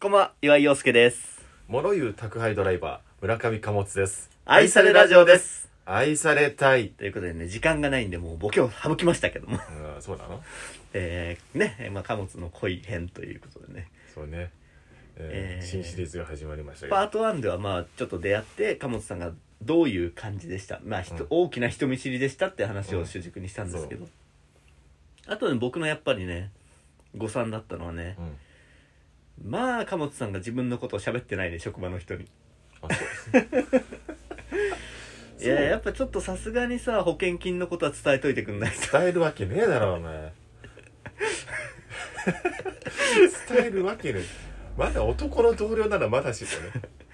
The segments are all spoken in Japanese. こんばんは、岩井陽介です。諸湯宅配ドライバー村上貨物です愛されラジオです。愛されたい、ということでね、時間がないんで、もうボケを省きましたけども。 うん、そうなのえー、ね、まあ、貨物の恋編ということでね。そうね、ええーー新シリーズが始まりましたけどパート1では、まあ、ちょっと出会って、貨物さんがどういう感じでした。まあ、人うん大きな人見知りでしたって話を主軸にしたんですけど。あとね、僕のやっぱりね、誤算だったのはねう、んまあ、貨物さんが自分のことを喋ってないで、職場の人に。あそう いそうや、やっぱちょっとさすがにさ、保険金のことは伝えといてくんないと。 伝えるわけねえだろお前伝えるわけねえまだ男の同僚ならまだしも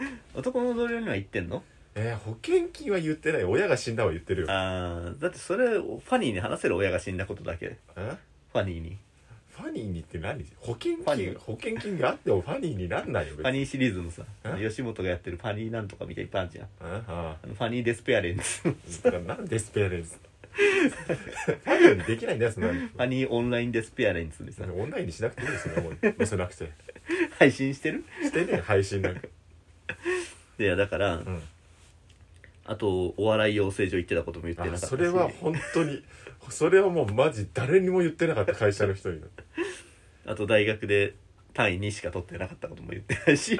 ね男の同僚には言ってんのえー、保険金は言ってない親が死んだは言ってるよあーだってそれをファニーに話せる親が死んだことだけえファニーにファニーにって何保フ険ァニー金保険金があってもファニーになんないよフ別ァにニーシリーズのさえ吉本がやってるファニーなんとかみたいにいっぱいあるじゃんうんうんあのファニーデスペアレンツ フだからなんでスペアレンスファニーにできないんだよそんなにァニーオンラインデスペアレンツでさオンラインにしなくていいですねもう載せなくて配信してるしてね配信なんかいやだからうんあとお笑い養成所行ってたことも言ってなかあったしそれは本当にそれはもうマジ誰にも言ってなかった会社の人にあと大学で単位2しか取ってなかったことも言ってないし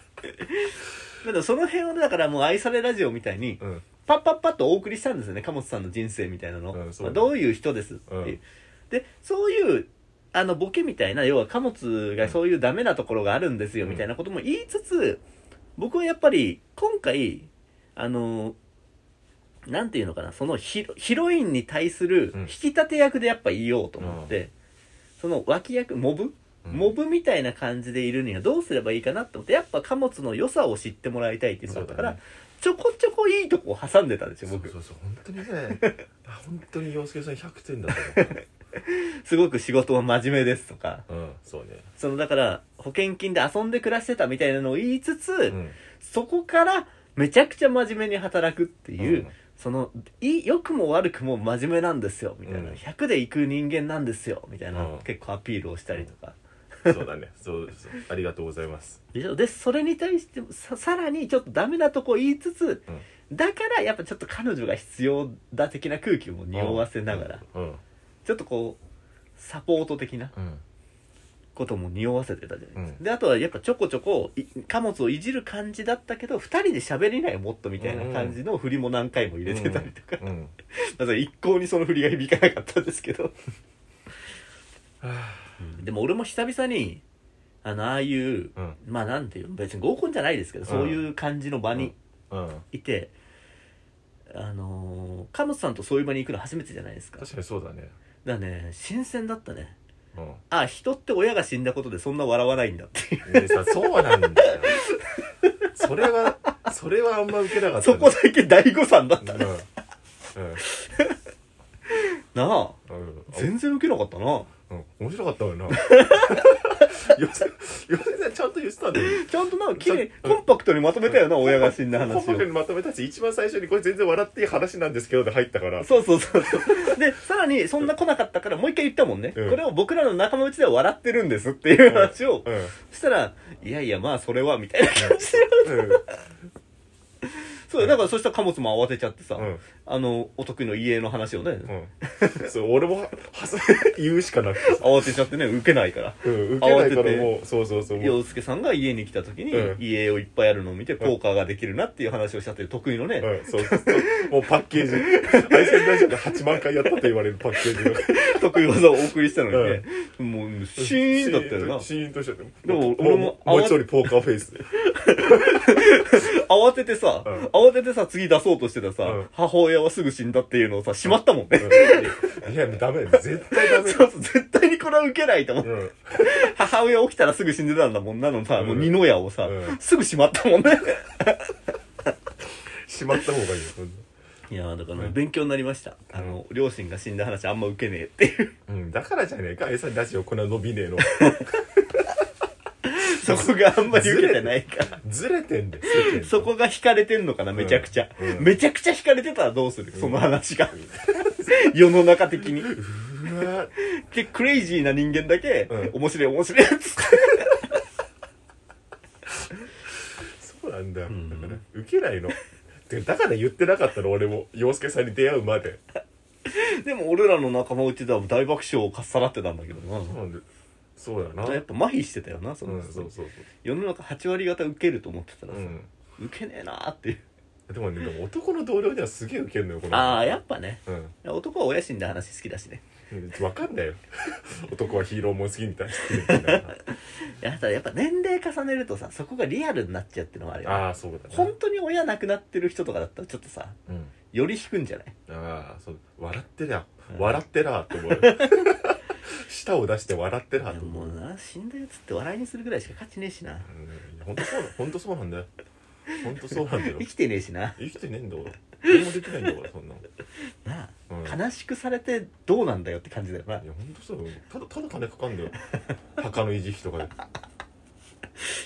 だからその辺はだからもう愛されラジオみたいにうんパッパッパッとお送りしたんですよね貨物さんの人生みたいなの、うんそうまあ、どういう人ですっていう、うんでそういうあのボケみたいな要は貨物がそういうダメなところがあるんですようんみたいなことも言いつつ、僕はやっぱり今回あのなんていうのかなそのヒロヒロインに対するうん引き立て役でやっぱ言おうと思って、その脇役モブ、モブみたいな感じでいるにはどうすればいいかなって思ってやっぱ貨物の良さを知ってもらいたいっていうのがあったから、そうちだょこちょこいいとこを挟んでたんですよそう僕そうそう本当にね あ本当に洋介さん100点だと思すごく仕事は真面目ですとかううんそうねそのだから保険金で遊んで暮らしてたみたいなのを言いつつ、うんそこからめちゃくちゃ真面目に働くっていう、そのいい良くも悪くも真面目なんですよみたいな、うん100で行く人間なんですよみたいな、うん結構アピールをしたりとか、うんそうだねそうそうありがとうございますでしょでそれに対してささらにちょっとダメなとこ言いつつ、だからやっぱちょっと彼女が必要だ的な空気も匂わせながら、うんちょっとこうサポート的なうんことも匂わせてたじゃないですか、うんであとはやっぱちょこちょこい貨物をいじる感じだったけど2人で喋りないもっとみたいな感じの振りも何回も入れてたりとか、うん まず一向にその振りが響かなかったんですけど、はでも俺も久々にあのああいうあうんまあなんていう別に合コンじゃないですけど、そういう感じの場にうんいて、あのー貨物さんとそういう場に行くの初めてじゃないですかだか確かにそうだねらね新鮮だったねうんああ人って親が死んだことでそんな笑わないんだっていうねえさそうなんだよそれはそれはあんま受けなかったそこだけ大誤算だったうんね、なあうん全然受けなかったなうん面白かったわよなよせよせさんちゃんと言ってたんだよちゃんとなんか綺麗うんコンパクトにまとめたよな親が死んだ話コンパクトをにまとめたし一番最初にこれ全然笑っていい話なんですけどで入ったからそうそうそうそう でさらにそんな来なかったからもう一回言ったもんね、うんこれを僕らの仲間内では笑ってるんですっていう話を、うんそしたら「いやいやまあそれは」みたいな感じで、そうだからそしたら貨物も慌てちゃってさ、うんあのお得意の家の話をね、うんそう俺もははさ言うしかなくてさ慌てちゃってね受けないからうん受けない慌てかてらもうそうそうそうもう洋介さんが家に来た時に、うん家をいっぱいあるのを見てポーカーができるなっていう話をしちゃってる得意のね、うんそうそうそうもうパッケージ愛線ラジオで8万回やったと言われるパッケージが得意技をお送りしたのにね、もうシーンだったよなシーンとしてでも俺俺もも慌もうて一人ポーカーフェ イスで慌ててさ、うん慌ててさ次出そうとしてたさ、うん母親はすぐ死んだっていうのをさしまったもんね、うんいやダメ絶対ダメそうそう絶対にこれは受けないと思って、うん母親起きたらすぐ死んでたんだもんなのさ、うんもう二の矢をさ、うんすぐしまったもんねしまった方がいいよいやーだからね、うん勉強になりましたあの両親が死んだ話あんま受けねえっていう うんだからじゃねえか餌ラジオこんな伸びねえのそこがあんまり受けてないからずれてんでずれてんでそこが惹かれてんのかなめちゃくちゃ、うんうんめちゃくちゃ惹かれてたらどうする、その話 が世の中的にうわでクレイジーな人間だけ、うん面白い面白いっつってんだよ、うんだからウケないのてかだから言ってなかったの俺も洋介さんに出会うまででも俺らの仲間内では大爆笑をかっさらってたんだけどな、そうなんでそうだよなやっぱ麻痺してたよなその、うんそうそうそう世の中8割方受けると思ってたらうさ、ん受けねえなーっていうでもねでも男の同僚にはすげえウケるのよこのああやっぱねうん男は親死んだ話好きだしね分かんないよ男はヒーローも好きみたいな知ってるみたいいやただやっぱ年齢重ねるとさそこがリアルになっちゃうっていうのもあるよねなああそうだね本当に親亡くなってる人とかだったらちょっとさうんより引くんじゃないああそう笑ってりゃうん笑ってらーって思う舌を出して笑ってらーでって思もうもうな死んだやつって笑いにするぐらいしか価値ねえしな本当そうだ本当そうなんだよ本当そうなんだよ生きてねえしな生きてねえんだから何もできないんだからそんなのなうんあ、悲しくされてどうなんだよって感じだよないや本当そうだよただただ金かかんだよ墓の維持費とかで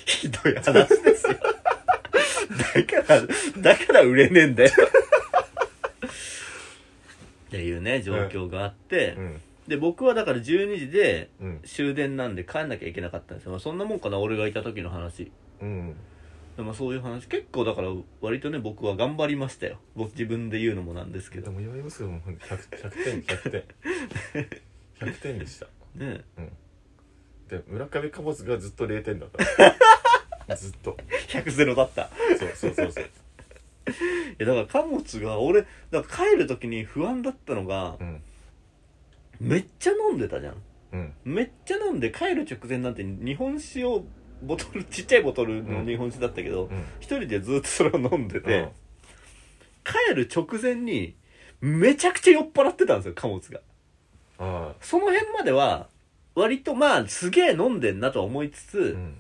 ひどい話ですよだからだから売れねえんだよっていうね状況があって、うんで僕はだから12時でうん終電なんで帰んなきゃいけなかったんですよ、まあ、そんなもんかな俺がいた時の話うんでもそういう話結構だから割とね僕は頑張りましたよ僕自分で言うのもなんですけでども祝いますよもう 100, 100点100点100点でしたねで村上貨物がずっと0点 だからずっと100ゼロだったいそうそうそうそうやだから貨物が俺だから帰る時に不安だったのがうんめっちゃ飲んでたじゃんうんめっちゃ飲んで帰る直前なんて日本酒をボトルちっちゃいボトルの日本酒だったけどうん一人でずっとそれを飲んでて、うん帰る直前にめちゃくちゃ酔っ払ってたんですよ貨物がああその辺までは、割とまあ、すげえ飲んでんなとは思いつつ、うん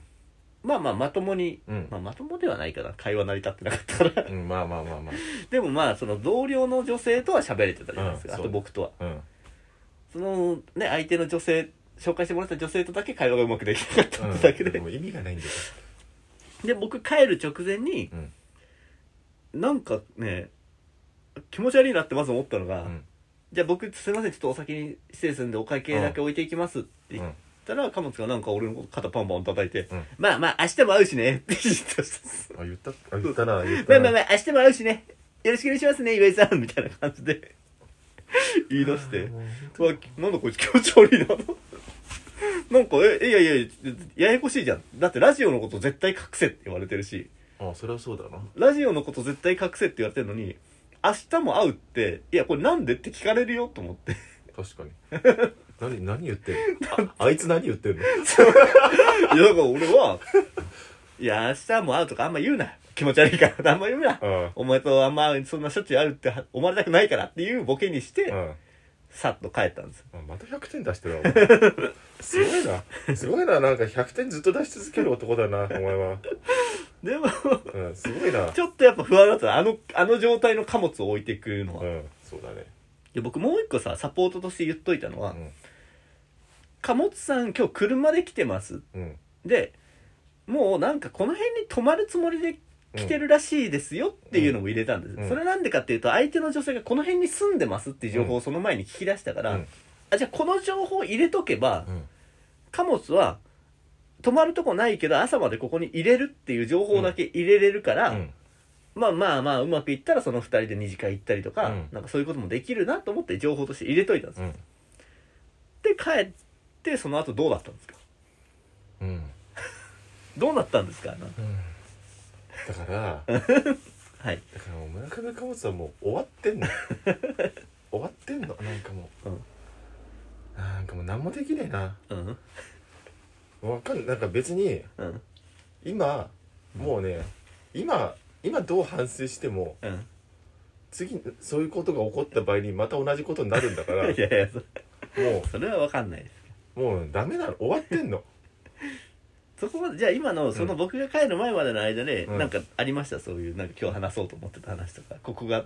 まあまあ、まともに、うんまあ、まともではないかな。会話成り立ってなかったから。 うんまあまあまあまでもまあ、その同僚の女性とは喋れてたじゃないですか。うんあそうと僕とは。あうんその、ね、相手の女性、紹介してもらった女性とだけ会話がうまくできなかったってだけで。もう意味がないんだよで、僕帰る直前に、うんなんかね、気持ち悪いなってまず思ったのが、うんじゃあ僕すいません、ちょっとお先に失礼するんでお会計だけ置いていきますって言ってうんったら、貨物がなんか俺のこと肩パンパン叩いて、うんまあまあ明日も会うしね、って言ったんですあ言ったあ言ったな言ったまあなまあまあ明日も会うしね、よろしくお願いしますね、岩井さん、みたいな感じ で言い出して、もうわ、なんだこいつ気持ち悪いな、と。なんか、え、いやいやいや、ややこしいじゃん。だってラジオのこと絶対隠せって言われてるし、あそれはそうだなラジオのこと絶対隠せって言われてるのに、明日も会うって、いや、これなんでって聞かれるよと思って。 確かに何何言ってんのああいつ何言って んのいや、だから俺は、いや、明日も会うとかあんま言うな。気持ち悪いから、あんま言うな。あお前とあんまそんなしょっちゅう会うって思われたくないからっていうボケにして、あうんさっと帰ったんです。あまた100点出してるわお前 すごいなすごいななんか100点ずっと出し続ける男だなお前は、でも、 うん、すごいなちょっとやっぱ不安だった。あの、あの状態の貨物を置いていくのは。うでんそうだね僕もう一個さ、サポートとして言っといたのは、う貨物さん今日車で来てます。んうんで、もうなんかこの辺に泊まるつもりで来てるらしいですよっていうのも入れたんです、うんそれなんでかっていうと相手の女性がこの辺に住んでますっていう情報をその前に聞き出したから、うんあじゃあこの情報入れとけばうん貨物は泊まるとこないけど朝までここに入れるっていう情報だけ入れれるから、うんまあまあまあうまくいったらその2人で二次会行ったりとか、うんなんかそういうこともできるなと思って情報として入れといたんです、うんで帰ってその後どうだったんですかうんどうなったんですかなんかうんだからはい、だからもう村上貨物はもう終わって んの終わってんのなんかもう、うんなんかもう何もできねえなうんわかんなんか別にうん今もうね今今どう反省してもうん次そういうことが起こった場合にまた同じことになるんだからいやいやそもそれは分かんないですうもうダメなの終わってんのそこまでじゃあ今のその僕が帰る前までの間で、うんなんかありましたそういうなんか今日話そうと思ってた話とかここが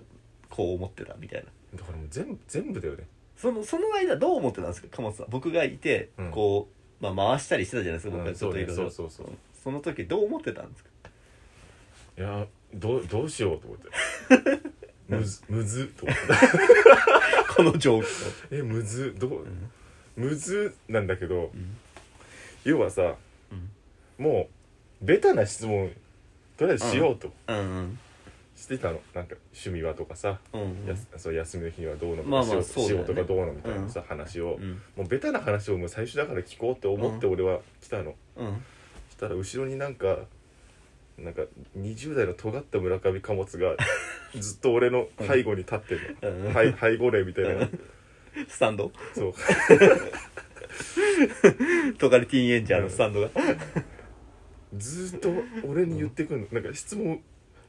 こう思ってたみたいなだからもう全部全部だよねそのその間どう思ってたんですか貨物さん僕がいて、うんこう、まあ、回したりしてたじゃないですか僕うがんちょそっうとねいろいそろうそうそうその時どう思ってたんですかいやどうどうしようと思ってむずむずっと思ってこの状況えむずどう、んむずなんだけど、ん要はさ、うんもうベタな質問とりあえずしようとうんうんしてたのなんか趣味はとかさ、うんやすそう休みの日にはどうのとか、まあまあ仕事そうだ仕よね事がどうのみたいなさ、話を、うんもうベタな話をもう最初だから聞こうって思って俺は来たの、うんしたら後ろになんかなんか20代の尖った村上貨 物がずっと俺の背後に立ってるの、うんはい背後霊みたいな、スタンドそうトカリティーンエンジャーのスタンドがずっと俺に言ってくるの、なんか質問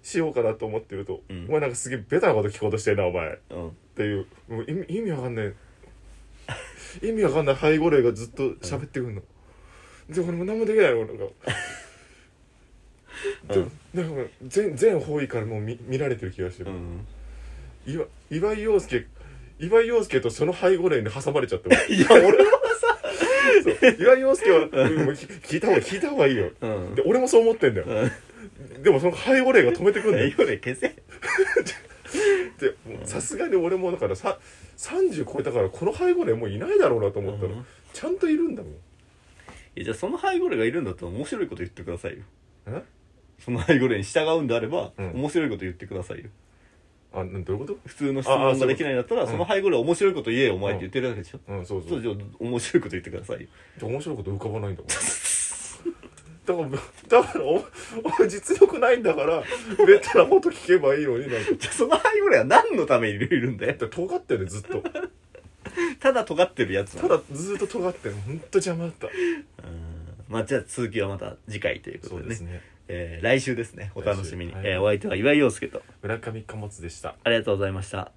しようかなと思ってると、うんお前なんかすげえベタなこと聞こうとしてるなお前っうんていうもう意味意味わかんない意味わかんない背後霊がずっと喋ってくるの、で俺も何もできないのなんか、でなんか全全方位からもう見見られてる気がしてうる、ん岩岩井陽介岩井陽介とその背後霊に挟まれちゃっても いや俺は岩井陽介はうんもう聞聞いた方が聞いた方がいいよ、うんで俺もそう思ってんだよ、うんでもその背後霊が止めてくんだよ夜消せでもうさすがに俺もだからさ30超えたからこの背後霊もういないだろうなと思ったら、うんちゃんといるんだもんいやじゃあそのハイゴレがいるんだったら面白いこと言ってくださいよえそのハイゴレに従うんであれば、うん面白いこと言ってくださいよあなんどういうこ普通の質問ができないんだったらああそそういうことのハイゴレ面白いこと言えよお前って言ってるだけでしょ、とうんそうそそううじゃあ面白いこと言ってくださいよ じゃ面白いこと浮かばないんだもんだからだからおお実力ないんだからベタなこと聞けばいいのになんかじゃあそのハイゴレは何のためにいるんだよだから尖ってるねずっとただ尖ってるやつなたのだずっと尖ってるほんと邪魔だったうんまあじゃあ続きはまた次回ということでねねえー来週ですねお楽しみに、来週はいえーお相手は岩井陽介と村上貨物でしたありがとうございました